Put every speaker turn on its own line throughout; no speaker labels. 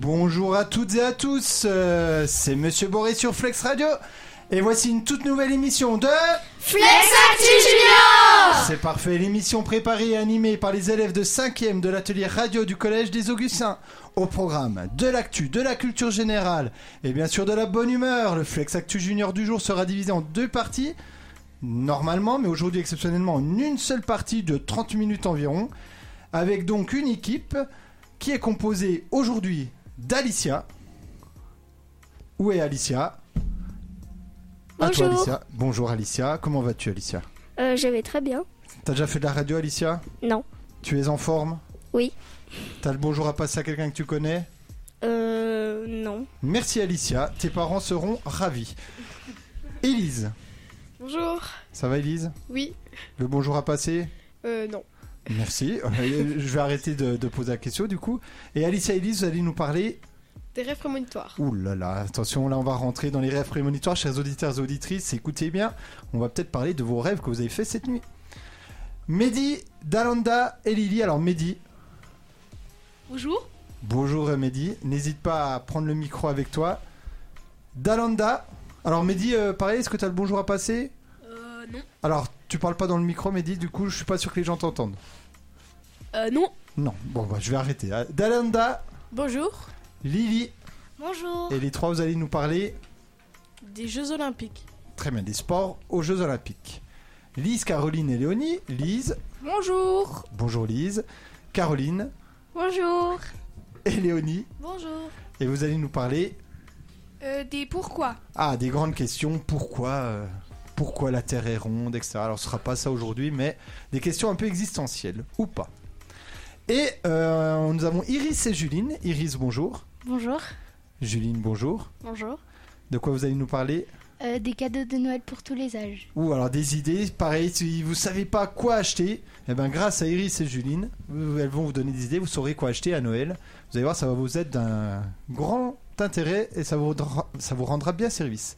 Bonjour à toutes et à tous, euh, c'est Monsieur Boris sur Flex Radio et voici une toute nouvelle émission de...
Flex Actu Junior
C'est parfait, l'émission préparée et animée par les élèves de 5e de l'atelier radio du Collège des Augustins. Au programme de l'actu, de la culture générale et bien sûr de la bonne humeur. Le Flex Actu Junior du jour sera divisé en deux parties. Normalement, mais aujourd'hui exceptionnellement, en une seule partie de 30 minutes environ. Avec donc une équipe qui est composée aujourd'hui d'Alicia. Où est Alicia À toi,
Bonjour.
Alicia. Bonjour Alicia, comment vas-tu Alicia
euh, Je vais très bien.
T'as déjà fait de la radio, Alicia
Non.
Tu es en forme
Oui.
T'as le bonjour à passer à quelqu'un que tu connais
Euh, non.
Merci, Alicia. Tes parents seront ravis. Élise.
Bonjour.
Ça va, Élise
Oui.
Le bonjour à passer
Euh, non.
Merci. Euh, Je vais arrêter de, de poser la question, du coup. Et Alicia et Élise, vous allez nous parler...
Des rêves prémonitoires.
Ouh là là, attention, là, on va rentrer dans les rêves prémonitoires. Chers auditeurs et auditrices, écoutez bien. On va peut-être parler de vos rêves que vous avez fait cette nuit. Mehdi, Dalanda et Lily. Alors, Mehdi,
Bonjour.
Bonjour euh, Mehdi, n'hésite pas à prendre le micro avec toi. Dalanda, alors Mehdi, euh, pareil, est-ce que tu as le bonjour à passer
Euh, non.
Alors, tu parles pas dans le micro Mehdi, du coup, je suis pas sûr que les gens t'entendent.
Euh, non.
Non, bon, bah, je vais arrêter. Euh, Dalanda,
Bonjour.
Lily
Bonjour.
et les trois, vous allez nous parler
Des Jeux Olympiques.
très bien des sports aux Jeux Olympiques. Lise, Caroline et Léonie. Lise,
Bonjour.
bonjour Lise. Caroline
Bonjour.
et Léonie.
Bonjour.
Et vous allez nous parler
Euh, des pourquoi
Ah, des grandes questions. Pourquoi, euh, pourquoi la Terre est ronde, etc. Alors, ce sera pas ça aujourd'hui, mais des questions un peu existentielles, ou pas. Et euh, nous avons Iris et Juline. Iris, bonjour.
Bonjour.
Juline, bonjour.
Bonjour.
De quoi vous allez nous parler
Euh, des cadeaux de Noël pour tous les âges.
Ou alors des idées. Pareil, si vous savez pas quoi acheter, eh ben grâce à Iris et Juline, vous- elles vont vous donner des idées. Vous saurez quoi acheter à Noël. Vous allez voir, ça va vous être d'un grand intérêt et ça vous rendra, ça vous rendra bien service.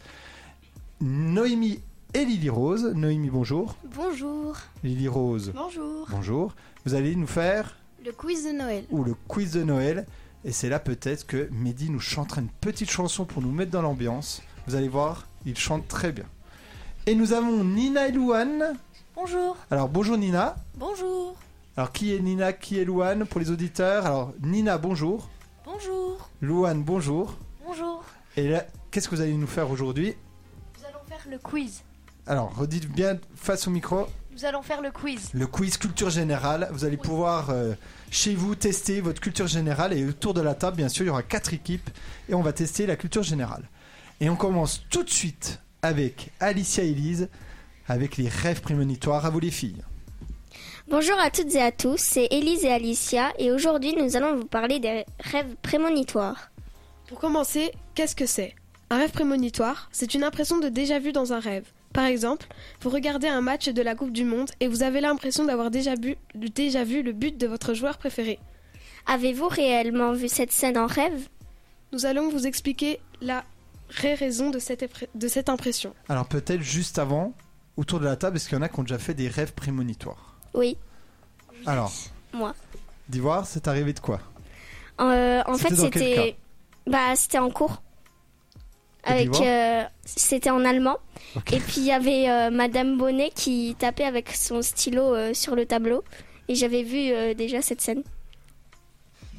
Noémie et Lily Rose. Noémie, bonjour.
Bonjour.
Lily Rose,
Bonjour.
bonjour. Vous allez nous faire
Le quiz de Noël.
ou le quiz de Noël. Et c'est là peut-être que Mehdi nous chantera une petite chanson pour nous mettre dans l'ambiance. Vous allez voir, il chante très bien. Et nous avons Nina et Louane.
Bonjour.
Alors bonjour Nina.
Bonjour.
Alors qui est Nina, qui est Louane pour les auditeurs Alors Nina, bonjour.
Bonjour.
Louane, bonjour.
Bonjour.
Et là, qu'est-ce que vous allez nous faire aujourd'hui
Nous allons faire le quiz.
Alors redites bien face au micro.
Nous allons faire le quiz.
le quiz culture générale. Vous allez pouvoir euh, chez vous tester votre culture générale et autour de la table, bien sûr, il y aura quatre équipes et on va tester la culture générale. Et on commence tout de suite avec Alicia et Elise avec les rêves prémonitoires à vous les filles.
Bonjour à toutes et à tous, c'est Élise et Alicia et aujourd'hui nous allons vous parler des rêves prémonitoires.
Pour commencer, qu'est-ce que c'est Un rêve prémonitoire, c'est une impression de déjà-vu dans un rêve. Par exemple, vous regardez un match de la Coupe du Monde et vous avez l'impression d'avoir déjà, bu- déjà vu le but de votre joueur préféré.
Avez-vous réellement vu cette scène en rêve
Nous allons vous expliquer la vraie raison de cette, épre- de cette impression.
Alors peut-être juste avant, autour de la table, est-ce qu'il y en a qui ont déjà fait des rêves prémonitoires
Oui.
Alors,
Moi.
D'ivoire, c'est arrivé de quoi
En, euh, en
C'était
fait,
dans quel
c'était bah c'était en cours.
Et
Avec
dis-moi.
euh, c'était en allemand
Ok.
et puis il y avait euh, madame Bonnet qui tapait avec son stylo euh, sur le tableau et j'avais vu euh, déjà cette scène.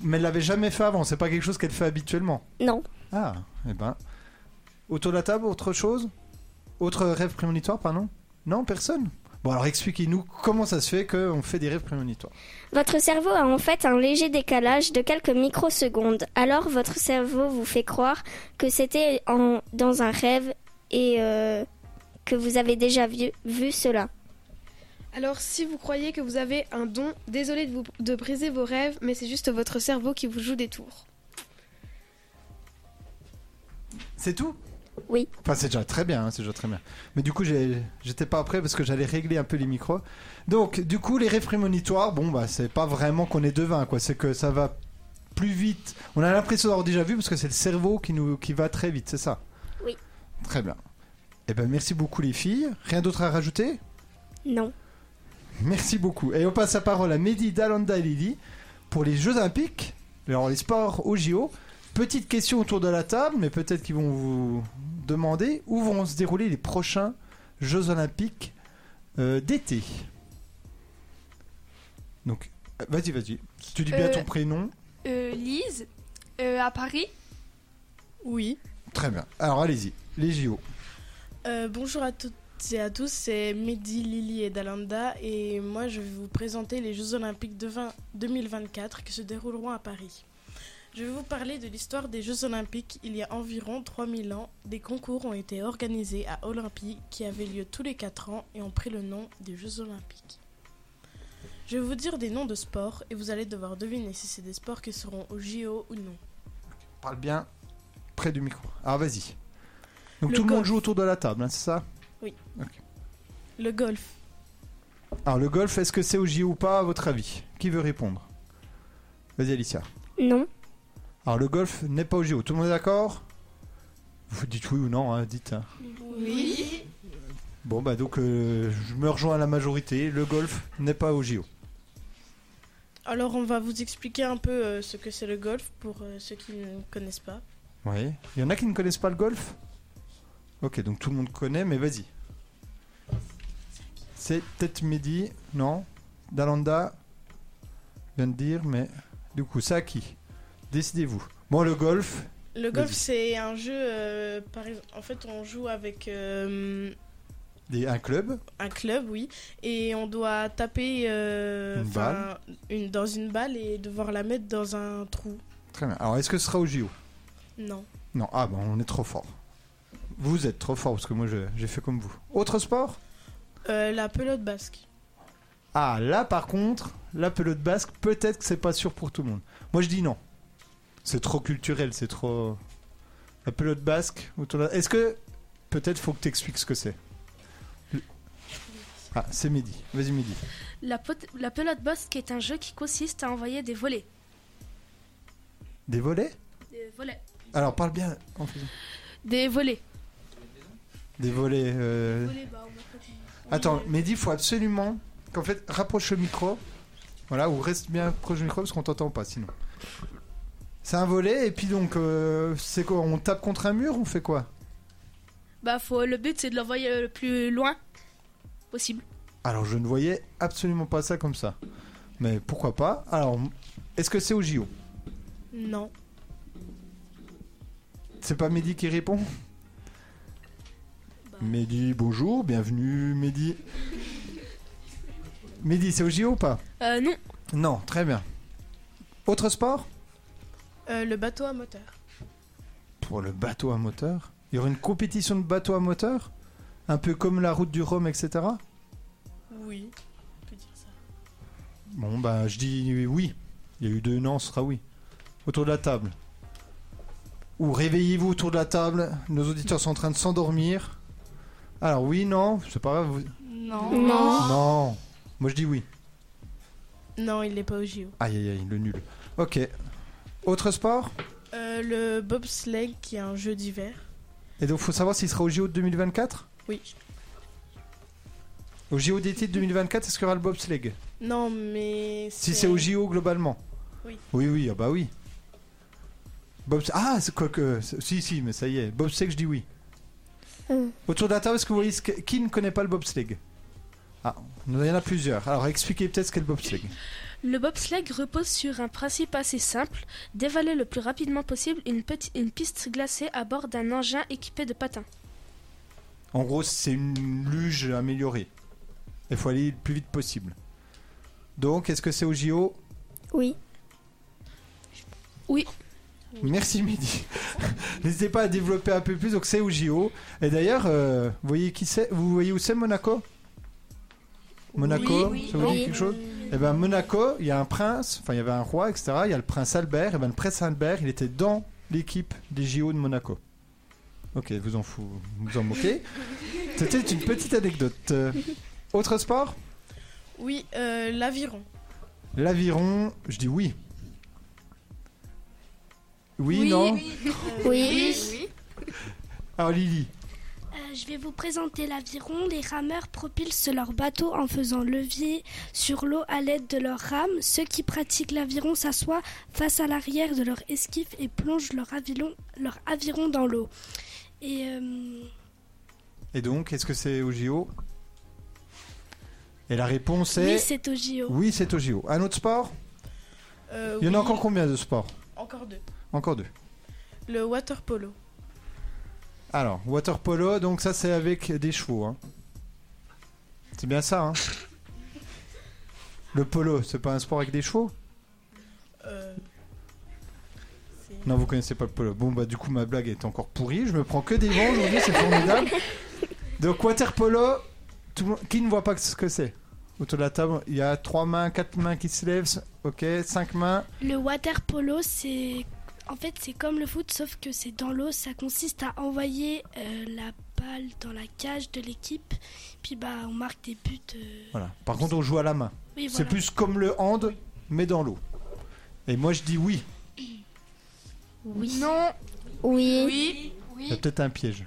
Mais elle l'avait jamais fait avant, c'est pas quelque chose qu'elle fait habituellement.
Non.
Ah, eh ben. Autour de la table, autre chose Autre rêve prémonitoire, pardon Non, personne Bon, alors expliquez-nous comment ça se fait qu'on fait des rêves prémonitoires.
Votre cerveau a en fait un léger décalage de quelques microsecondes. Alors votre cerveau vous fait croire que c'était en- dans un rêve et euh, que vous avez déjà vu, vu cela.
Alors, si vous croyez que vous avez un don, désolé de, vous, de briser vos rêves, mais c'est juste votre cerveau qui vous joue des tours.
C'est tout
Oui.
Enfin, c'est déjà très bien, hein, c'est déjà très bien. Mais du coup, j'ai- j'étais pas prêt parce que j'allais régler un peu les micros. Donc, du coup, les rêves prémonitoires, bon, bah, c'est pas vraiment qu'on est devin, quoi. C'est que ça va plus vite. On a l'impression d'avoir déjà vu parce que c'est le cerveau qui, nous, qui va très vite, c'est ça
Oui.
Très bien. Eh ben, merci beaucoup, les filles. Rien d'autre à rajouter
Non.
Merci beaucoup. Et on passe la parole à Mehdi Dalanda et Lili pour les Jeux Olympiques, alors les sports au JO. Petite question autour de la table, mais peut-être qu'ils vont vous demander où vont se dérouler les prochains Jeux Olympiques euh, d'été. Donc, euh, vas-y, vas-y. Si tu dis bien
Euh,
ton prénom.
Euh, Lise, euh, à Paris.
Oui.
Très bien. Alors, allez-y. Les JO.
Euh, bonjour à toutes et à tous, c'est Mehdi, Lily et Dalanda et moi je vais vous présenter les Jeux Olympiques de 20 2024 qui se dérouleront à Paris. Je vais vous parler de l'histoire des Jeux Olympiques. Il y a environ 3000 ans, des concours ont été organisés à Olympie qui avaient lieu tous les 4 ans et ont pris le nom des Jeux Olympiques. Je vais vous dire des noms de sports et vous allez devoir deviner si c'est des sports qui seront aux JO ou non.
Parle bien près du micro. Alors, vas-y. Donc,
Le
tout le monde
golf.
joue autour de la table, hein, c'est ça
Le golf,
Alors, le golf, est-ce que c'est au JO ou pas, à votre avis Qui veut répondre Vas-y, Alicia.
Non.
Alors, le golf n'est pas au JO. Tout le monde est d'accord Vous dites oui ou non, hein, dites. hein.
Oui.
Bon, bah donc, euh, je me rejoins à la majorité. Le golf n'est pas au JO.
Alors on va vous expliquer un peu euh, ce que c'est le golf pour euh, ceux qui ne connaissent pas.
Oui. Il y en a qui ne connaissent pas le golf Ok, donc tout le monde connaît, mais vas-y. C'est peut-être Mehdi, non Dalanda vient de dire, mais du coup, ça à qui Décidez-vous. Bon, le golf,
Le golf
Vas-y.
c'est un jeu, euh, par exemple, en fait on joue avec euh,
des- un club
un club, oui, et on doit taper euh,
Une
enfin, une- dans une balle et devoir la mettre dans un trou.
Très bien. Alors, est-ce que ce sera au JO
Non.
Non, ah ben on est trop fort. Vous êtes trop fort parce que moi je- j'ai fait comme vous. Autre sport
Euh, la pelote basque.
Ah là par contre, la pelote basque, peut-être que c'est pas sûr pour tout le monde. Moi je dis non. C'est trop culturel, c'est trop. La pelote basque. autour de la- Est-ce que peut-être faut que t'expliques ce que c'est Le- Ah c'est midi. Vas-y midi.
La, pot- la pelote basque est un jeu qui consiste à envoyer des volets.
Des volets
Des volets.
Alors parle bien. en faisant.
Des volets.
Des volets. euh,
bah,
Attends, Mehdi, il faut absolument qu'en fait, rapproche le micro. Voilà, ou reste bien proche du micro parce qu'on t'entend pas sinon. C'est un volet, et puis donc, euh, c'est quoi On tape contre un mur On fait quoi
Bah, faut, le but c'est de l'envoyer euh, le plus loin possible.
Alors, je ne voyais absolument pas ça comme ça. Mais pourquoi pas Alors, est-ce que c'est au JO
Non.
C'est pas Mehdi qui répond
Bah.
Mehdi, bonjour, bienvenue Mehdi. Mehdi, c'est au JO ou pas
Euh, non.
Non, très bien. Autre sport
Euh, le bateau à moteur.
Pour le bateau à moteur Il y aura une compétition de bateau à moteur Un peu comme la route du Rhum, etc.
Oui. On peut dire ça.
Bon, bah, je dis oui. Il y a eu deux non, ce sera oui. Autour de la table. Ou réveillez-vous autour de la table. Nos auditeurs sont en train de s'endormir. Alors, oui, non, c'est pas grave. vous-
Non.
Non.
Non. Moi, je dis oui.
Non, il n'est pas au JO.
Aïe, aïe, aïe, le nul. Ok. Autre sport
Euh, le bobsleigh qui est un jeu d'hiver.
Et donc, faut savoir s'il sera au JO de 2024
Oui.
Au JO d'été de 2024, est-ce qu'il y aura le bobsleigh
Non mais
Si c'est au JO globalement.
Oui.
Oui, oui, ah bah oui. Bob, ah, c'est quoi que. Si, si, mais ça y est. Bobsleigh, je dis oui.
Hum.
Autour de la table, est-ce que vous voyez ce que- qui ne connaît pas le bobsleigh Ah, il y en a plusieurs. Alors expliquez peut-être ce qu'est le bobsleigh.
Le bobsleigh repose sur un principe assez simple, dévaler le plus rapidement possible une, petite, une piste glacée à bord d'un engin équipé de patins.
En gros, c'est une luge améliorée. Il faut aller le plus vite possible. Donc, est-ce que c'est au JO
Oui.
Merci Mehdi. N'hésitez pas à développer un peu plus. Donc c'est au JO. Et d'ailleurs, euh, vous voyez qui c'est Vous voyez où c'est Monaco Monaco,
Oui,
ça vous dit
oui.
quelque chose Eh ben Monaco, il y a un prince, enfin il y avait un roi, etc. Il y a le prince Albert. Et ben le prince Albert, il était dans l'équipe des JO de Monaco. Ok, vous en fou, vous en moquez. C'était une petite anecdote. Euh, autre sport
Oui, euh, l'aviron.
L'aviron. Je dis oui. Oui, non.
Euh,
Oui.
Alors Lily.
Euh, je vais vous présenter l'aviron. Les rameurs propulsent leur bateau en faisant levier sur l'eau à l'aide de leurs rames. Ceux qui pratiquent l'aviron s'assoient face à l'arrière de leur esquif et plongent leur aviron, leur aviron dans l'eau. Et euh,
Et donc, est-ce que c'est au JO Et la réponse
oui,
est
c'est au JO.
oui, c'est au JO. Un autre sport
Euh,
Il y en a
oui,
encore combien de sports
Encore deux.
Encore deux.
Le water polo.
Alors, water polo, donc ça c'est avec des chevaux. hein. C'est bien ça, hein Le polo, c'est pas un sport avec des chevaux
Euh, c'est-
Non, vous connaissez pas le polo. Bon, bah du coup, ma blague est encore pourrie. Je me prends que des vents aujourd'hui, c'est formidable. Donc, water polo, tout le monde- qui ne voit pas ce que c'est Autour de la table, il y a trois mains, quatre mains qui se lèvent. Ok, cinq mains.
Le water polo, c'est en fait c'est comme le foot sauf que c'est dans l'eau. Ça consiste à envoyer euh, la balle dans la cage de l'équipe, puis bah on marque des buts. euh,
Voilà. Par contre, on joue à la main.
Oui,
C'est
voilà.
plus comme le hand, mais dans l'eau. Et moi, je dis oui.
Non,
Oui.
Oui.
Il y a peut-être un piège.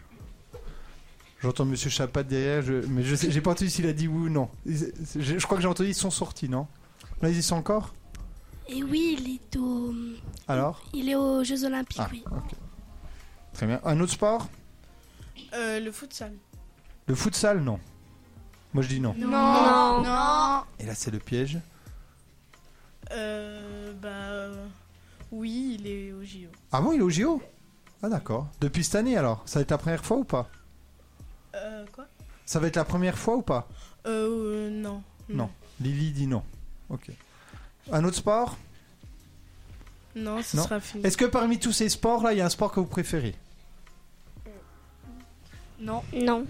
J'entends Monsieur Chapat derrière, je- mais je sais- j'ai pas entendu s'il a dit oui ou non. Ils- Je, je crois que j'ai entendu, ils sont sortis, non Là, ils y sont encore
Et oui, il est au,
Alors
il est aux Jeux Olympiques.
Ah,
Oui.
ok. Très bien. Un autre sport
Euh, le futsal.
Le futsal, non. Moi, je dis non.
Non.
Non.
Non.
Et là, c'est le piège.
Euh, bah euh, oui, il est au JO.
Ah bon, il est au JO Ah d'accord. Depuis cette année, alors Ça va être la première fois ou pas
Euh, quoi
Ça va être la première fois ou pas
Euh, non.
Non. Lily dit non. Ok. Un autre sport
Non, ce
Non.
sera fini.
Est-ce que parmi tous ces sports-là, il y a un sport que vous préférez
Non.
Non.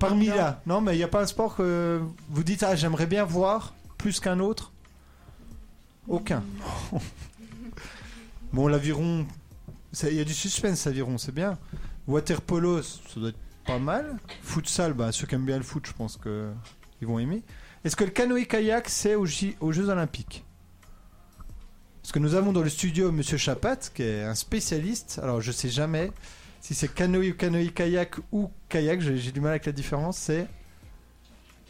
Parmi là, non, mais il n'y a pas un sport que vous dites ah j'aimerais bien voir plus qu'un autre. Aucun. bon l'aviron, ça- il y a du suspense l'aviron, c'est bien. Water polo, ça doit être pas mal. Futsal, bah ceux qui aiment bien le foot, je pense que ils vont aimer. Est-ce que le canoë kayak c'est aux, J- aux Jeux Olympiques Parce que nous avons dans le studio Monsieur Chapat qui est un spécialiste. Alors je sais jamais si c'est canoë ou canoë kayak ou kayak, j'ai j'ai du mal avec la différence, c'est.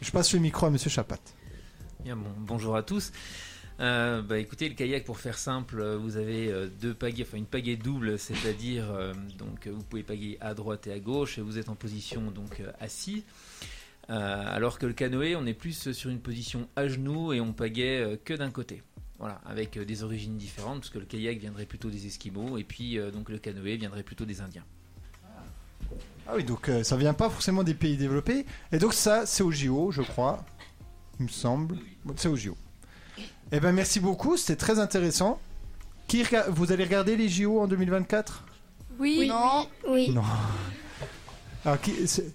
Je passe le micro à Monsieur Chapat.
Bien, bon- bonjour à tous. Euh, bah, écoutez, le kayak, pour faire simple, euh, vous avez euh, deux pagaies, enfin une pagaie double, c'est-à-dire euh, donc euh, vous pouvez pagayer à droite et à gauche et vous êtes en position donc euh, assis. Euh, alors que le canoë, on est plus sur une position à genoux et on pagaie euh, que d'un côté. Voilà, avec euh, des origines différentes, parce que le kayak viendrait plutôt des Esquimaux et puis euh, donc le canoë viendrait plutôt des Indiens.
Ah oui, donc euh, ça vient pas forcément des pays développés. Et donc ça, c'est au JO, je crois. Il me semble. Bon, C'est au JO. Eh ben merci beaucoup, c'était très intéressant. Qui rega- vous allez regarder les JO en 2024
Oui.
Non.
Oui.
Non. Alors, qui, c'est-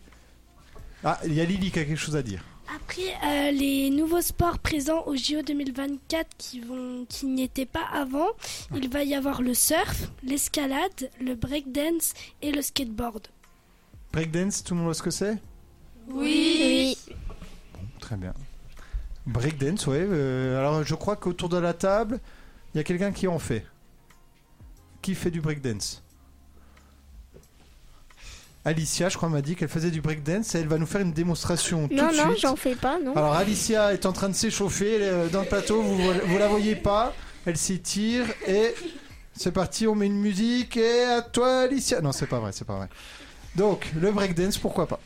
ah, il y a Lily qui a quelque chose à dire.
Après euh, les nouveaux sports présents au JO 2024 qui vont, qui n'y étaient pas avant, il va y avoir le surf, l'escalade, le breakdance et le skateboard.
Breakdance, tout le monde voit ce que c'est
Oui.
Très bien. Breakdance, ouais. euh, alors, je crois qu'autour de la table, il y a quelqu'un qui en fait. Qui fait du breakdance Alicia, je crois, m'a dit qu'elle faisait du breakdance et elle va nous faire une démonstration tout
Non,
de
non,
suite. Ah.
j'en fais pas, non.
Alors, Alicia est en train de s'échauffer elle est, euh, dans le plateau, vous, vous la voyez pas. Elle s'étire et c'est parti, on met une musique et à toi, Alicia. Non, c'est pas vrai, c'est pas vrai. Donc, le breakdance, pourquoi pas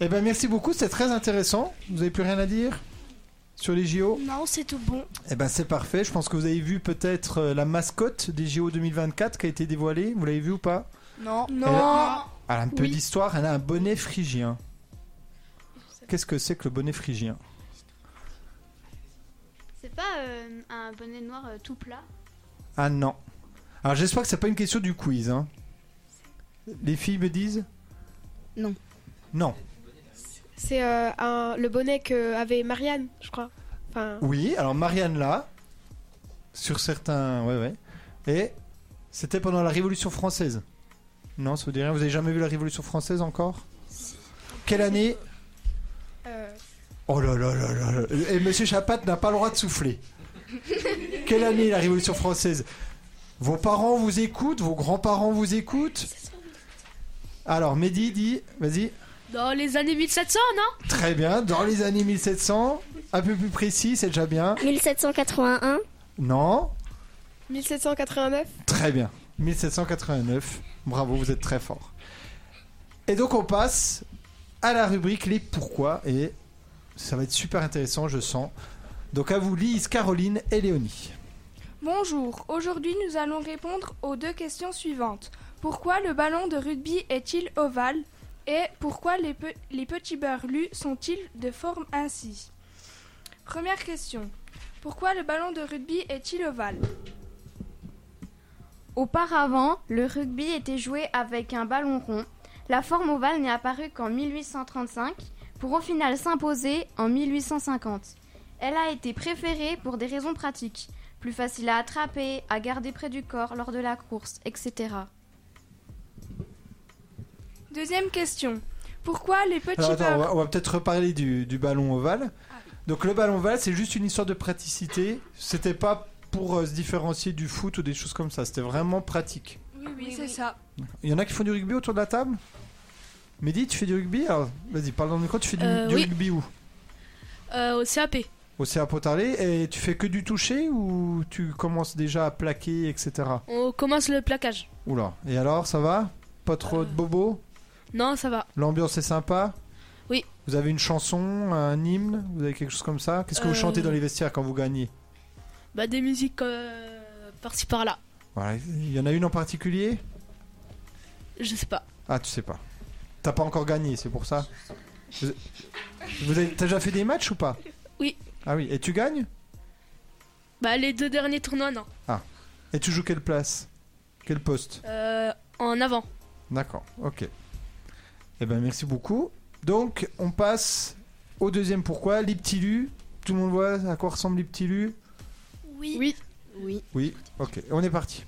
Eh ben, merci beaucoup, c'était très intéressant. Vous avez plus rien à dire sur les JO
Non, c'est tout bon.
Eh ben, c'est parfait. Je pense que vous avez vu peut-être euh, la mascotte des JO 2024 qui a été dévoilée. Vous l'avez vu ou pas
Non.
Non. Elle a un peu
Oui.
d'histoire, elle a un bonnet phrygien. Qu'est-ce que c'est que le bonnet phrygien
C'est pas euh, un bonnet noir euh, tout plat.
Ah non. Alors j'espère que c'est pas une question du quiz. hein. Les filles me disent
Non.
Non.
C'est euh, un- le bonnet que avait Marianne, je crois. Enfin,
Oui, alors Marianne là, sur certains... Ouais, ouais. Et c'était pendant la Révolution française. Non, ça vous dit rien Vous avez jamais vu la Révolution française encore Quelle année
euh,
Oh là là là là là. Et Monsieur Chapat n'a pas le droit de souffler. Quelle année la Révolution française Vos parents vous écoutent Vos grands-parents vous écoutent Alors, Mehdi dit, vas-y.
Dans les années 1700, non
Très bien, dans les années 1700, un peu plus précis, c'est déjà bien.
1781
Non,
1789
très bien. 1789, bravo, vous êtes très fort. Et donc on passe à la rubrique les pourquoi et ça va être super intéressant, je sens. Donc à vous Lise, Caroline et Léonie.
Bonjour, aujourd'hui nous allons répondre aux deux questions suivantes. Pourquoi le ballon de rugby est-il ovale et pourquoi les, pe- les petits beurlus sont-ils de forme ainsi Première question. Pourquoi le ballon de rugby est-il ovale
Auparavant, le rugby était joué avec un ballon rond. La forme ovale n'est apparue qu'en 1835 pour au final s'imposer en 1850. Elle a été préférée pour des raisons pratiques, plus facile à attraper, à garder près du corps lors de la course, etc.
Deuxième question. Pourquoi les petits
Alors attends, on
beurlus
va, on va peut-être reparler du, du ballon ovale.
Ah
Donc le ballon ovale, c'est juste une histoire de praticité. C'était pas pour euh, se différencier du foot ou des choses comme ça, c'était vraiment pratique.
Oui, oui, c'est ça.
Il y en a qui font du rugby autour de la table Mehdi, tu fais du rugby Alors, Vas-y, parle dans le micro, tu fais du,
Euh,
du
oui.
rugby où
Euh, Au CAP.
Au CA Potarlé Et tu fais que du toucher ou tu commences déjà à plaquer, etc.
On commence le plaquage.
Oula, et alors, ça va Pas trop
Euh,
de bobos
Non, ça va.
L'ambiance est sympa
Oui.
Vous avez une chanson, un hymne Vous avez quelque chose comme ça Qu'est-ce que vous
Euh,
chantez dans les vestiaires quand vous gagnez
Bah, des musiques euh, par-ci par-là.
Voilà, il y en a une en particulier
Je sais pas.
Ah, tu sais pas. T'as pas encore gagné, c'est pour ça Vous- vous avez- T'as déjà fait des matchs ou pas
Oui.
Ah oui, et tu gagnes
Bah, les deux derniers tournois, non.
Ah. Et tu joues quelle place Quel poste
Euh, en avant.
D'accord, ok. Eh ben merci beaucoup. Donc on passe au deuxième pourquoi, l'Iptilu. Tout le monde voit à quoi ressemble l'Iptilu
Oui. Oui. Oui.
Oui, ok, on est parti.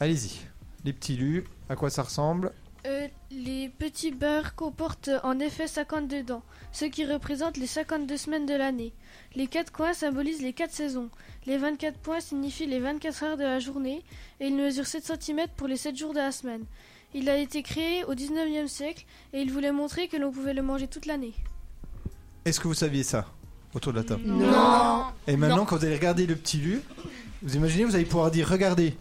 Allez-y. L'Iptilu, à quoi ça ressemble
Euh, les petits beurres comportent en effet 52 dents, ce qui représente les 52 semaines de l'année. Les 4 coins symbolisent les 4 saisons. Les 24 points signifient les 24 heures de la journée et il mesure 7 cm pour les 7 jours de la semaine. Il a été créé au 19e siècle et il voulait montrer que l'on pouvait le manger toute l'année.
Est-ce que vous saviez ça autour de la table
Non.
Et maintenant,
Non.
quand vous allez regarder le petit lu, vous imaginez, vous allez pouvoir dire regardez.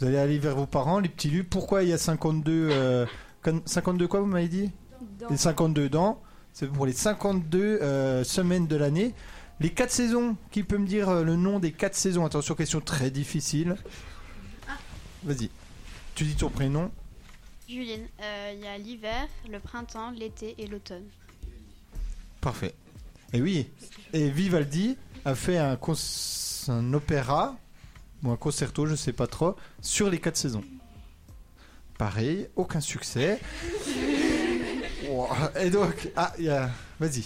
Vous allez aller vers vos parents, les petits lus. Pourquoi il y a 52. euh, con- 52 quoi, vous m'avez dit
Dents.
Les 52 dents. C'est pour les 52 euh, semaines de l'année. Les 4 saisons. Qui peut me dire euh, le nom des 4 saisons Attention, question très difficile. Vas-y. Tu dis ton prénom.
Juline, euh, il y a l'hiver, le printemps, l'été et l'automne.
Parfait. Et oui, et Vivaldi a fait un, cons- un opéra, ou un concerto, je sais pas trop, sur les quatre saisons. Pareil, aucun succès. Ouah, et donc, ah, il y a- vas-y.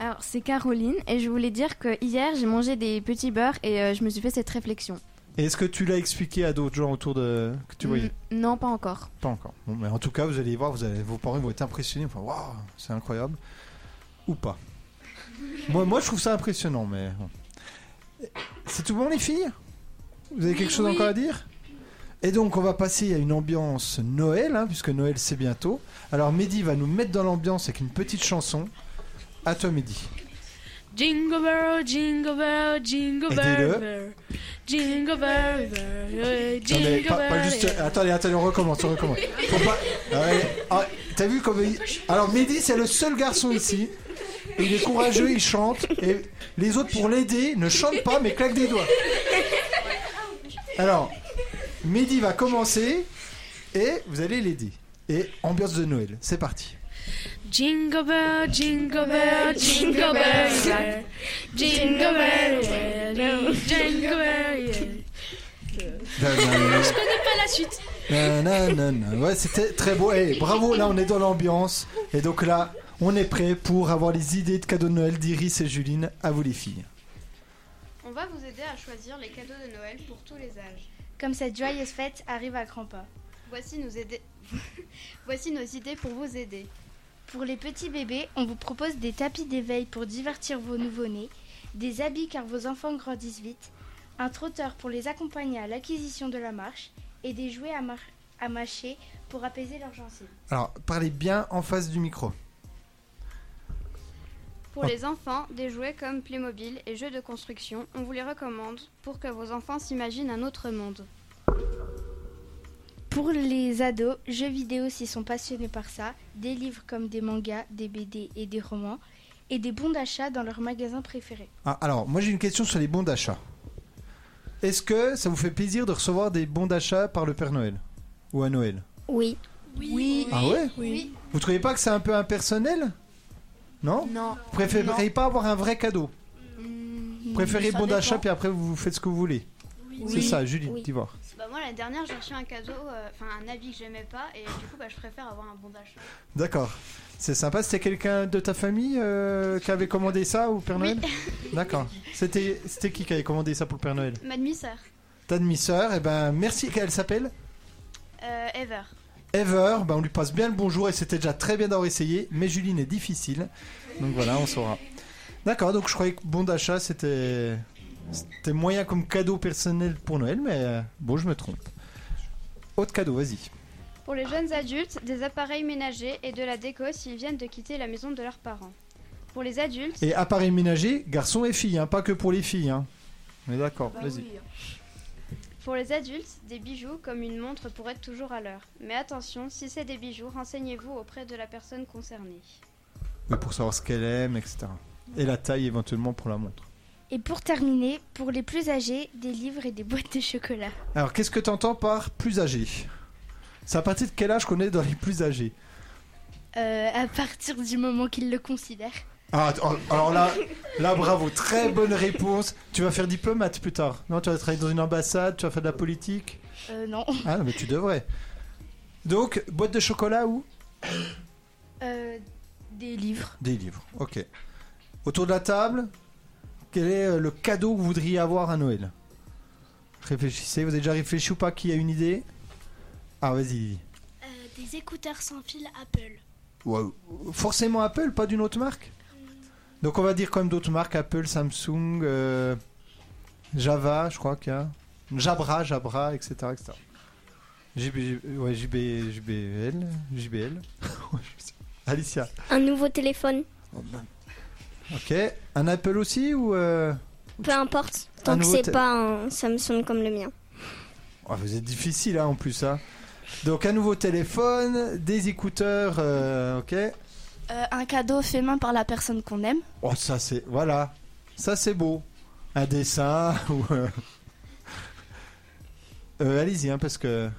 Alors, c'est Caroline et je voulais dire que hier j'ai mangé des petits beurres et euh, je me suis fait cette réflexion.
Et Est-ce que tu l'as expliqué à d'autres gens autour de que tu voyais
Mm, Non, pas encore.
Pas encore. Bon, mais en tout cas, vous allez voir, vous allez, vos parents vont être impressionnés. Enfin, waouh, c'est incroyable. Ou pas. moi, moi, je trouve ça impressionnant, mais. bon. C'est tout bon, les filles Vous avez quelque chose
oui.
encore à dire Et donc, on va passer à une ambiance Noël, hein, puisque Noël, c'est bientôt. Alors, Mehdi va nous mettre dans l'ambiance avec une petite chanson. À toi, Mehdi.
Jingle bell, jingle bell, jingle
Aidez-le.
bell. bell. Jingle bell, bell, yeah,
Non, mais
jingle
pas- pas
bell.
juste- Attendez, attendez, on recommence, on recommence. Faut pas- Ah ouais. Ah, T'as vu comme il- Alors Mehdi, c'est le seul garçon ici. Il est courageux, il chante. Et les autres, pour l'aider, ne chantent pas, mais claquent des doigts. Alors, Mehdi va commencer et vous allez l'aider. Et ambiance de Noël, c'est parti.
Jingle bell, jingle bell,
Eh ben,
jingle bell, yeah. jingle bell, yeah, yeah, jingle bell. yeah.
Je connais pas la suite.
Nanana. Ouais, c'était très beau. Et bravo, là, on est dans l'ambiance. Et donc là, on est prêt pour avoir les idées de cadeaux de Noël d'Iris et Juline. À vous, les filles.
On va vous aider à choisir les cadeaux de Noël pour tous les âges.
Comme cette joyeuse fête arrive à grands pas.
Voici nos, aider- Voici nos idées pour vous aider.
Pour les petits bébés, on vous propose des tapis d'éveil pour divertir vos nouveau-nés, des habits car vos enfants grandissent vite, un trotteur pour les accompagner à l'acquisition de la marche et des jouets à, mar-
à mâcher pour apaiser leurs gencives.
Alors, parlez bien en face du micro.
Oh.
Pour les enfants, des jouets comme Playmobil et jeux de construction, on vous les recommande pour que vos enfants s'imaginent un autre monde.
Pour les ados, jeux vidéo s'ils sont passionnés par ça, des livres comme des mangas, des BD et des romans, et des bons d'achat dans leur magasin préféré.
Ah, alors, moi j'ai une question sur les bons d'achat. Est-ce que ça vous fait plaisir de recevoir des bons d'achat par le Père Noël Ou à Noël
Oui.
Oui.
Ah ouais
Oui.
Vous trouvez pas que c'est un peu impersonnel Non
Non.
Vous préférez
Non.
pas avoir un vrai cadeau Vous Préférez
ça
bon d'achat
dépend.
puis après vous faites ce que vous voulez C'est ça, Julie,
Oui.
tu vois.
Bah, moi, l'année dernière, j'ai reçu un cadeau, euh, enfin un habit que j'aimais pas, et du coup, bah, je préfère avoir un bon d'achat.
D'accord. C'est sympa, c'était quelqu'un de ta famille euh, qui avait commandé ça au Père Noël D'accord. C'était c'était qui qui avait commandé ça pour le Père Noël
Ma demi-sœur,
Ta demi-sœur, et ben merci, elle s'appelle
euh, Ever.
Ever, ben on lui passe bien le bonjour et c'était déjà très bien d'avoir essayé, mais Juline est difficile. Donc voilà, on saura. D'accord, donc je croyais que bon d'achat c'était c'était moyen comme cadeau personnel pour Noël, mais euh, bon, je me trompe. Autre cadeau, vas-y.
Pour les jeunes adultes, des appareils ménagers et de la déco s'ils viennent de quitter la maison de leurs parents. Pour les adultes,
Et appareil ménager, garçons et filles, hein, pas que pour les filles. Hein. On est d'accord, vas-y.
pour les adultes, des bijoux comme une montre pour être toujours à l'heure. Mais attention, si c'est des bijoux, renseignez-vous auprès de la personne concernée.
Oui, pour savoir ce qu'elle aime, etc. Et la taille éventuellement pour la montre.
Et pour terminer, pour les plus âgés, des livres et des boîtes de chocolat.
Alors, qu'est-ce que t'entends par plus âgé C'est à partir de quel âge qu'on est dans les plus âgés
Euh, à partir du moment qu'ils le considèrent.
Ah, t- oh, alors là, là, bravo, très bonne réponse. Tu vas faire diplomate plus tard. Non, tu vas travailler dans une ambassade, tu vas faire de la politique.
Euh, non.
Ah, non, mais tu devrais. Donc, boîte de chocolat ou
Euh, des livres.
Des livres, ok. Autour de la table, quel est euh, le cadeau que vous voudriez avoir à Noël Réfléchissez, vous avez déjà réfléchi ou pas Qui a une idée Ah, vas-y.
Euh, des écouteurs sans fil Apple.
Waouh. Forcément Apple, pas d'une autre marque
Mm.
Donc on va dire quand même d'autres marques Apple, Samsung, euh, Java, je crois qu'il y a. Jabra, Jabra, etc. etc. JB, ouais, JB, JBL, JBL. Ouais, je sais. Alicia,
Un nouveau téléphone,
ok. Un Apple aussi ou. euh,
peu importe,
Un
tant que
nouveau
c'est
tél-
pas un Samsung comme le mien.
Ah, vous êtes difficile hein, en plus. Hein. Donc un nouveau téléphone, des écouteurs, euh, ok.
un cadeau fait main par la personne qu'on aime.
Oh ça c'est voilà, ça c'est beau. Un dessin ou. euh, euh, Allez-y hein, parce que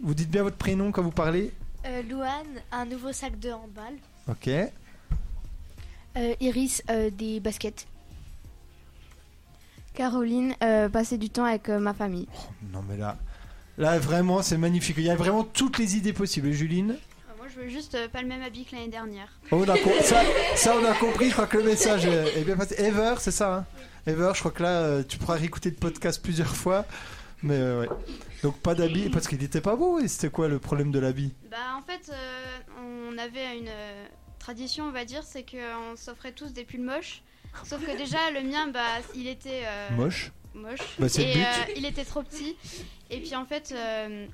vous dites bien votre prénom quand vous parlez.
Euh, Louane, un nouveau sac de handball.
Ok.
Iris, Euh, des baskets.
Caroline, euh, passer du temps avec euh, ma famille.
Oh, Non mais là, là vraiment c'est magnifique. Il y a vraiment toutes les idées possibles. Juline.
Euh, Moi, je veux juste euh, pas le même habit que l'année dernière.
Oh, on a com- ça, ça, on a compris, je crois que le message euh, est bien passé. Ever, c'est ça hein Ever, je crois que là, euh, tu pourras réécouter le podcast plusieurs fois. Mais euh, ouais. Donc pas d'habit, parce qu'il n'était pas beau. Et c'était quoi le problème de l'habit
Bah en fait, euh, on avait une euh, tradition, on va dire, c'est qu'on s'offrait tous des pulls moches. Sauf que déjà le mien, bah il était euh,
Moche
moche.
Bah, c'est le
et
but.
euh, il était trop petit. Et puis en fait, euh,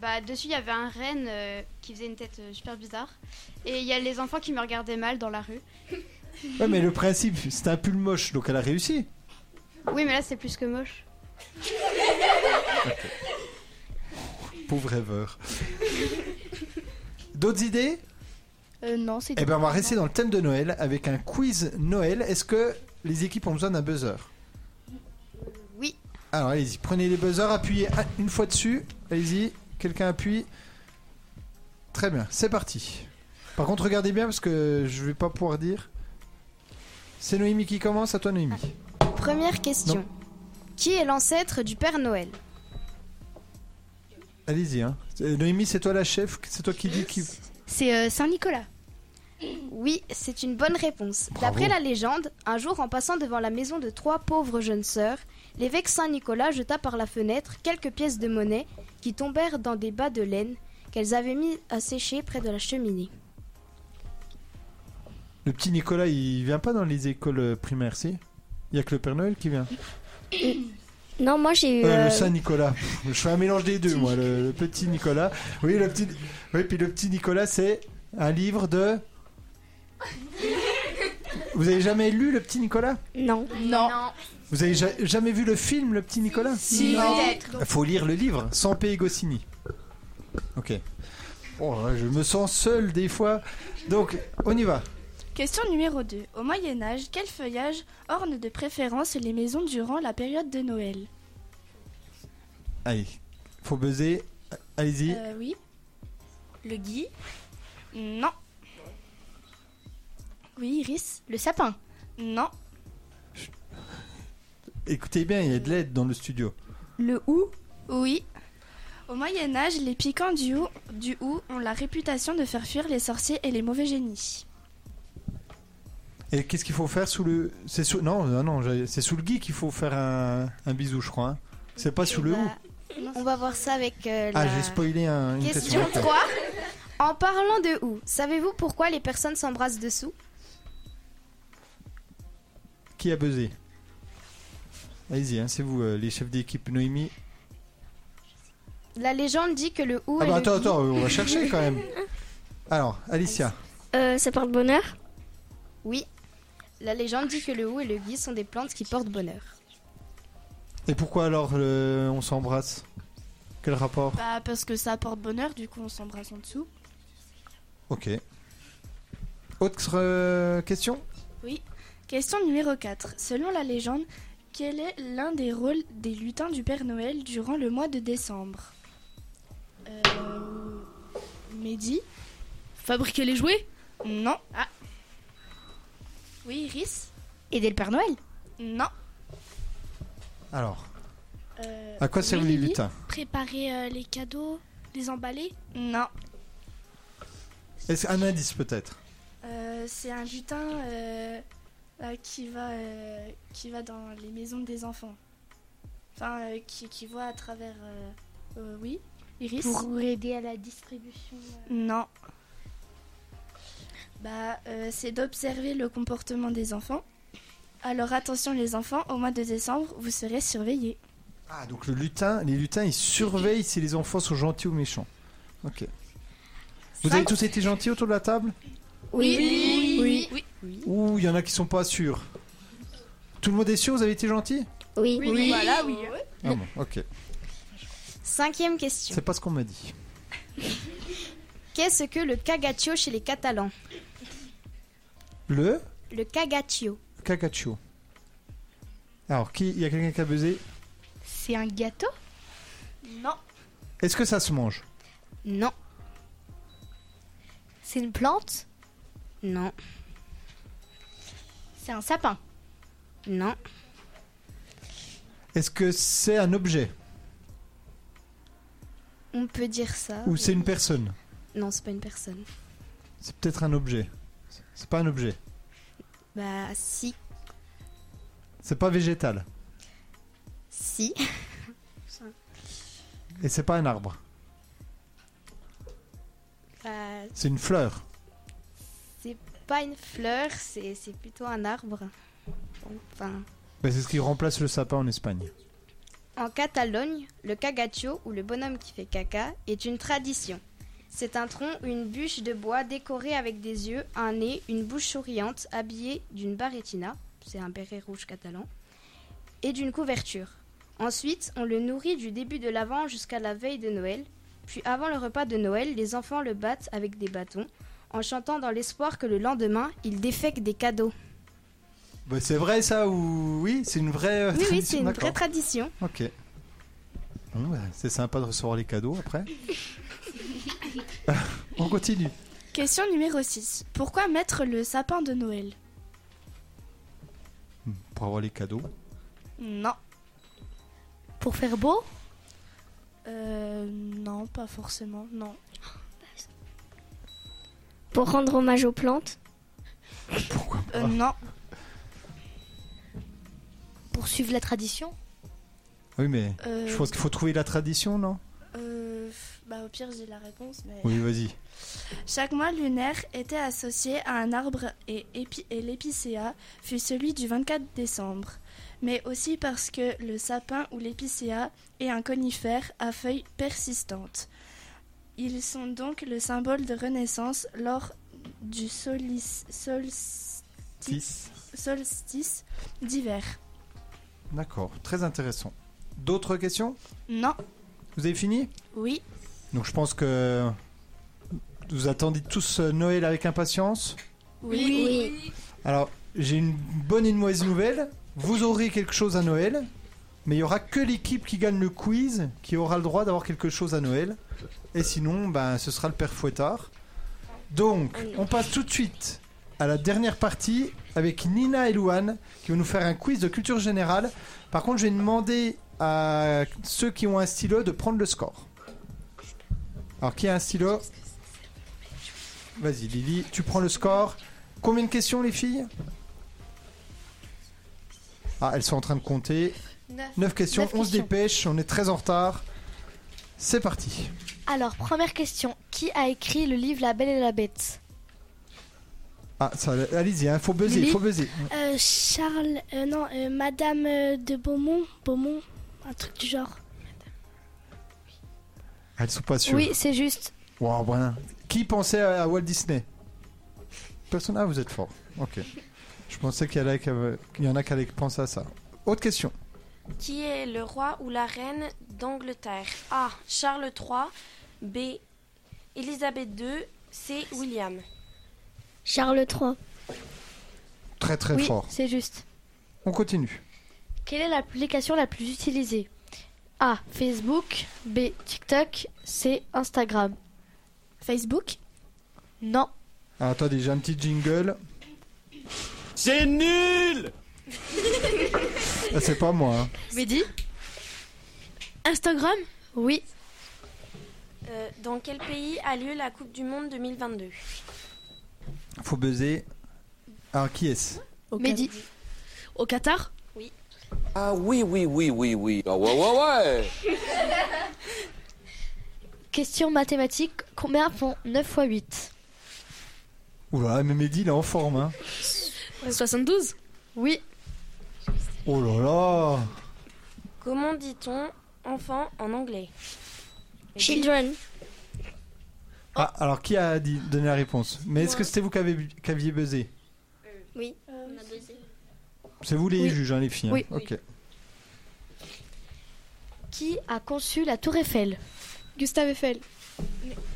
bah dessus il y avait un renne euh, qui faisait une tête euh, super bizarre. Et il y a les enfants qui me regardaient mal dans la rue. euh,
Ouais, mais le principe, c'était un pull moche, donc elle a réussi.
Oui, mais là c'est plus que moche.
Pauvre Ever. D'autres idées
Euh,
non, c'est
Eh bien, on va rester dans le thème de Noël avec un quiz Noël. Est-ce que les équipes ont besoin d'un buzzer
Oui.
Alors, allez-y, prenez les buzzers, appuyez un- une fois dessus. Allez-y, quelqu'un appuie. Très bien, c'est parti. Par contre, regardez bien parce que je vais pas pouvoir dire. C'est Noémie qui commence, à toi Noémie.
Première question. Qui est l'ancêtre du Père Noël
Allez-y, hein. Euh, Noémie, c'est toi la chef, c'est toi qui dis qui.
C'est euh, Saint-Nicolas. Oui, c'est une bonne réponse.
Bravo.
D'après la légende, un jour en passant devant la maison de trois pauvres jeunes sœurs, l'évêque Saint-Nicolas jeta par la fenêtre quelques pièces de monnaie qui tombèrent dans des bas de laine qu'elles avaient mis à sécher près de la cheminée.
Le petit Nicolas, il vient pas dans les écoles euh, primaires, si Il y a que le Père Noël qui vient.
Non, moi j'ai eu.
Euh,
euh,
Le Saint Nicolas. Je fais un mélange des deux, moi. Le, le petit Nicolas. Oui, le petit. Oui, puis le petit Nicolas, c'est un livre de. Vous avez jamais lu le petit Nicolas
Non.
Non.
Vous avez ja- jamais vu le film Le petit Nicolas
Si, Non. peut-être.
Faut lire le livre. Sans P. Goscinny. Ok. Oh, là, je me sens seul des fois. Donc, on y va.
Question numéro 2. Au Moyen Âge, quel feuillage orne de préférence les maisons durant la période de Noël
Allez, faut buzzer. Allez-y.
Euh, oui. Le gui Non. Oui, Iris Le sapin Non.
Écoutez bien, il y a de l'aide dans le studio.
Le hou Oui. Au Moyen Âge, les piquants du hou, du hou ont la réputation de faire fuir les sorciers et les mauvais génies.
Et qu'est-ce qu'il faut faire sous le. C'est sous... Non, non, ah non, j'ai- c'est sous le gui qu'il faut faire un, un bisou, je crois. hein. C'est pas sous le hou.
On va voir ça avec euh, la...
Ah, j'ai spoilé un- une question.
Question 3. En parlant de où, savez-vous pourquoi les personnes s'embrassent dessous
Qui a buzzé Allez-y, hein, c'est vous, euh, les chefs d'équipe Noémie.
La légende dit que le où
ah,
est
bah
le
attends,
gui.
attends, on va chercher quand même. Alors, Alicia.
euh, ça porte bonheur
Oui. La légende dit que le hou et le gui sont des plantes qui portent bonheur.
Et pourquoi alors euh, on s'embrasse Quel rapport
Bah, parce que ça apporte bonheur, du coup on s'embrasse en dessous.
Ok. Autre euh, question
Oui. Question numéro 4. Selon la légende, quel est l'un des rôles des lutins du Père Noël durant le mois de décembre Euh. Mehdi
Fabriquer les jouets
Non. Ah. Oui, Iris
Aider le Père Noël
Non.
Alors,
Euh,
à quoi servent les lutins
Préparer euh, les cadeaux, les emballer
Non.
Est-ce un indice peut-être
Euh, c'est un lutin euh, euh, qui, va, euh, qui va dans les maisons des enfants. Enfin, euh, qui, qui voit à travers. euh, euh, oui, Iris
Pour aider à la distribution. euh,
Non. Bah, euh, c'est d'observer le comportement des enfants. Alors attention les enfants, au mois de décembre, vous serez surveillés.
Ah, donc le lutin, les lutins, ils surveillent si les enfants sont gentils ou méchants. Ok. Vous avez tous été gentils autour de la table
Oui.
Oui.
Oui.
Oui.
Ouh, il y en a qui sont pas sûrs. Tout le monde est sûr, vous avez été gentil
Oui.
Voilà, oui.
Ah bon, ok.
Cinquième question.
C'est pas ce qu'on m'a dit.
Qu'est-ce que le cagatio chez les Catalans
Le
Le cagatio.
cacaccio. Alors, qui Il y a quelqu'un qui a buzzé
C'est un gâteau
Non.
Est-ce que ça se mange
Non.
C'est une plante
Non. C'est un sapin Non.
Est-ce que c'est un objet
On peut dire ça.
Ou c'est une personne
Non, c'est pas une personne.
C'est peut-être un objet. C'est pas un objet.
Bah, si.
C'est pas végétal.
Si.
Et c'est pas un arbre.
Bah,
C'est une fleur.
c'est pas une fleur, c'est c'est plutôt un arbre. Enfin.
Bah, c'est ce qui remplace le sapin en Espagne.
En Catalogne, le cagatio, ou le bonhomme qui fait caca, est une tradition. C'est un tronc ou une bûche de bois décorée avec des yeux, un nez, une bouche souriante, habillée d'une barétina, c'est un béret rouge catalan, et d'une couverture. Ensuite, on le nourrit du début de l'Avent jusqu'à la veille de Noël, puis avant le repas de Noël, les enfants le battent avec des bâtons, en chantant dans l'espoir que le lendemain, il défecte des cadeaux.
Bah, c'est vrai ça ou oui C'est une vraie euh,
Oui, oui,
tradition,
c'est une
d'accord.
vraie tradition.
Ok. Bon, bah, c'est sympa de recevoir les cadeaux après. On continue.
Question numéro 6. Pourquoi mettre le sapin de Noël
Pour avoir les cadeaux.
Non.
Pour faire beau
Euh, non, pas forcément, non.
Pour rendre hommage aux plantes
Ah.
Euh, non.
Pour suivre la tradition
Oui, mais
Euh,
je pense qu'il faut trouver la tradition, non
Euh, bah au pire, j'ai la réponse. Mais...
Oui, vas-y.
Chaque mois lunaire était associé à un arbre et, épi- et l'épicéa fut celui du 24 décembre. Mais aussi parce que le sapin ou l'épicéa est un conifère à feuilles persistantes. Ils sont donc le symbole de renaissance lors du solis- solstice-
Tis.
solstice d'hiver.
D'accord, très intéressant. D'autres questions
Non.
Vous avez fini
Oui.
Donc je pense que vous attendez tous euh, Noël avec impatience.
Oui.
Alors, j'ai une bonne et une mauvaise nouvelle. Vous aurez quelque chose à Noël, mais il y aura que l'équipe qui gagne le quiz qui aura le droit d'avoir quelque chose à Noël. Et sinon, ben, ce sera le père Fouettard. Donc, on passe tout de suite à la dernière partie avec Nina et Louane qui vont nous faire un quiz de culture générale. Par contre, je vais demander à ceux qui ont un stylo de prendre le score. Alors, qui a un stylo Vas-y, Lily, tu prends le score. Combien de questions, les filles Ah, elles sont en train de compter.
Neuf.
9 questions,
Neuf
on se
questions.
dépêche, on est très en retard. C'est parti.
Alors, première question. Qui a écrit le livre La Belle et la Bête
Ah, ça, allez-y, il faut buzzer, il
Lily
faut buzzer.
Euh, Charles, euh, non, euh, Madame euh, de Beaumont, Beaumont, un truc du genre.
Elles sont pas sûres.
Oui, c'est juste.
Wow, voilà. Qui pensait à à Walt Disney Personne. Ah, vous êtes fort. Ok. Je pensais qu'il y, en a qui avaient- qu'il y en a qui allaient penser à ça. Autre question.
Qui est le roi ou la reine d'Angleterre A. Charles III. B. Élisabeth II. C. William.
Charles III.
Très très
Oui,
fort.
c'est juste.
On continue.
Quelle est l'application la plus utilisée A. Facebook. B. TikTok. C. Instagram. Facebook Non.
Ah, attendez, j'ai un petit jingle.
C'est nul
Ah, c'est pas moi. hein.
Mehdi
Instagram
Oui.
Euh, dans quel pays a lieu la Coupe du Monde 2022
Faut buzzer. Alors, qui est-ce
Mehdi. Au Qatar
Oui.
Ah oui, oui, oui, oui, oui. Ah ouais, ouais, ouais
Question mathématique. Combien font 9 x 8
Oula, mais Mehdi, il est en forme. Hein.
72
Oui.
Oh là là
Comment dit-on enfant en anglais Children.
Euh,
Ah, alors qui a dit, donné la réponse Mais est-ce que c'était vous qui, avez bu- qui aviez buzzé
Oui.
C'est vous les juges, hein, les filles. hein.
Oui.
Ok.
Qui a conçu la Tour Eiffel Gustave Eiffel.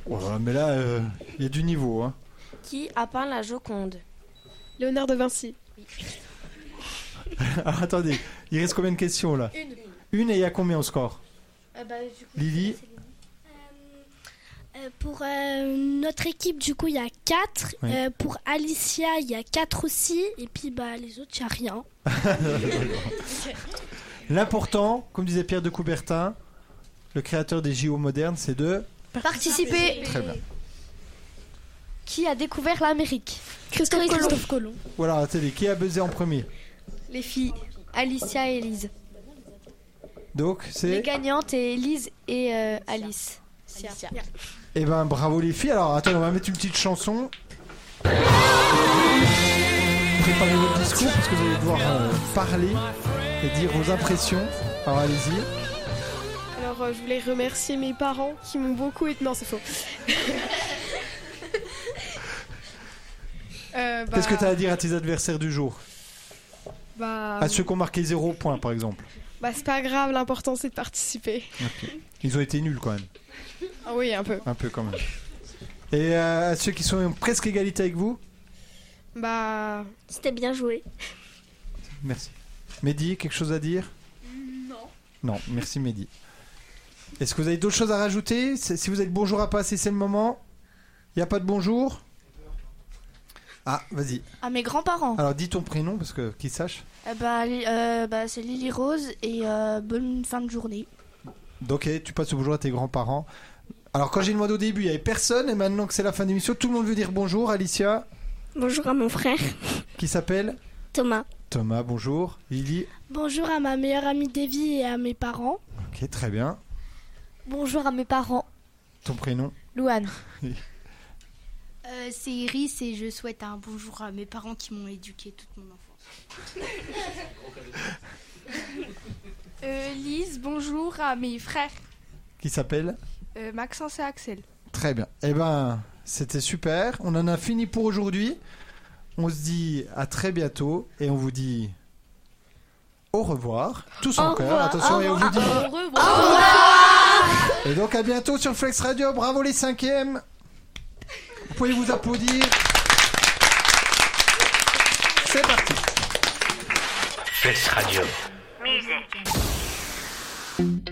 Oh là là, mais là, euh, il y a du niveau. Hein.
Qui a peint la Joconde
Léonard de Vinci.
Alors, attendez, il reste combien de questions là
Une.
Une et il y a combien au score Lily
Euh, pour euh, notre équipe, du coup, il y a 4.
Oui.
pour Alicia, il y a 4 aussi. Et puis, bah, les autres, il n'y a rien.
L'important, comme disait Pierre de Coubertin, le créateur des JO modernes, c'est de.
Participer.
Très bien.
Qui a découvert l'Amérique Christophe, Colomb.
Voilà, attendez, qui a buzzé en premier
Les filles, Alicia et Elise.
Donc,
Les
c'est.
gagnantes et Elise et euh, Alice.
Eh ben, bravo les filles. Alors, attendez, on va mettre une petite chanson. Préparez votre discours parce que vous allez devoir euh, parler et dire vos impressions. Alors, allez-y.
Alors, euh, je voulais remercier mes parents qui m'ont beaucoup aidé. Non, c'est faux. Euh, bah,
Qu'est-ce que tu as à dire à tes adversaires du jour
bah,
À ceux qui ont marqué 0 points, par exemple.
bah, c'est pas grave, l'important c'est de participer.
Ils ont été nuls quand même.
Ah oui, un peu.
Un peu quand même. Et euh, à ceux qui sont en presque égalité avec vous,
Bah.
C'était bien joué.
merci. Mehdi, quelque chose à dire
Non.
Non, merci Mehdi. Est-ce que vous avez d'autres choses à rajouter C'est- Si vous avez le bonjour à passer, c'est le moment. Il n'y a pas de bonjour Ah, vas-y.
À mes grands-parents.
Alors dis ton prénom, parce que qu'ils sachent.
Euh, bah, li- euh, bah, c'est Lily Rose et euh, bonne fin de journée.
Donc, eh, tu passes le bonjour à tes grands-parents. Alors, quand j'ai demandé au début, il n'y avait personne, et maintenant que c'est la fin de l'émission, tout le monde veut dire bonjour. Alicia,
Bonjour à mon frère,
qui s'appelle
Thomas.
Thomas, bonjour. Lily,
Bonjour à ma meilleure amie Davy et à mes parents.
ok, très bien.
Bonjour à mes parents.
Ton prénom
Louane.
Euh, c'est Iris et je souhaite un bonjour à mes parents qui m'ont éduqué toute mon enfance.
Euh, Lise, bonjour à mes frères
Qui s'appelle
euh, Maxence et Axel.
Très bien. Eh ben, c'était super. On en a fini pour aujourd'hui. On se dit à très bientôt et on vous dit au revoir. Tous en cœur. Attention, et on vous dit. Et donc à bientôt sur Flex Radio. Bravo les cinquièmes. Vous pouvez vous applaudir. C'est parti.
Flex Radio.
Music.